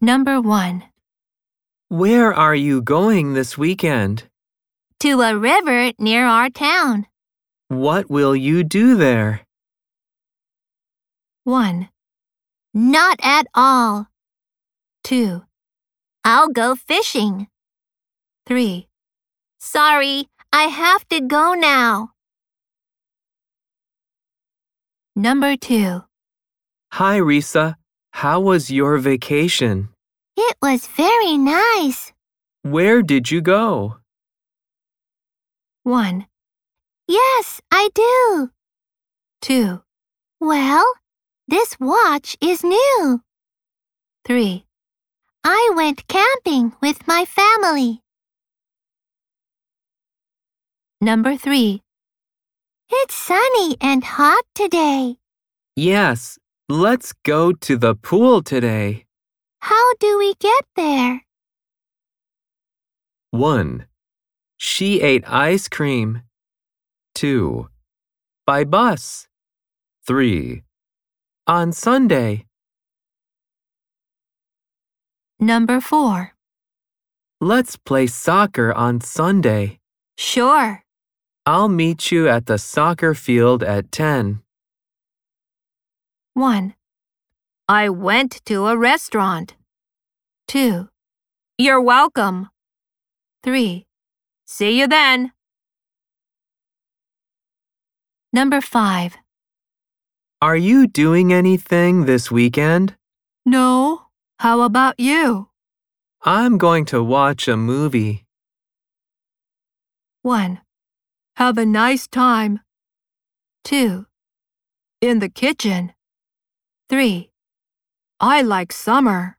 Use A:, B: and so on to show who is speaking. A: Number 1.
B: Where are you going this weekend?
A: To a river near our town.
B: What will you do there?
A: 1. Not at all. 2. I'll go fishing. 3. Sorry, I have to go now. Number 2.
B: Hi, Risa. How was your vacation?
A: It was very nice.
B: Where did you go?
A: 1. Yes, I do. 2. Well, this watch is new. 3. I went camping with my family. Number 3. It's sunny and hot today.
B: Yes, let's go to the pool today.
A: How do we get there?
B: 1. She ate ice cream. 2. By bus. 3. On Sunday.
A: Number 4.
B: Let's play soccer on Sunday.
A: Sure.
B: I'll meet you at the soccer field at 10.
A: 1. I went to a restaurant. 2. You're welcome. 3. See you then. Number 5.
B: Are you doing anything this weekend?
A: No. How about you?
B: I'm going to watch a movie.
A: 1. Have a nice time. 2. In the kitchen. 3. I like summer.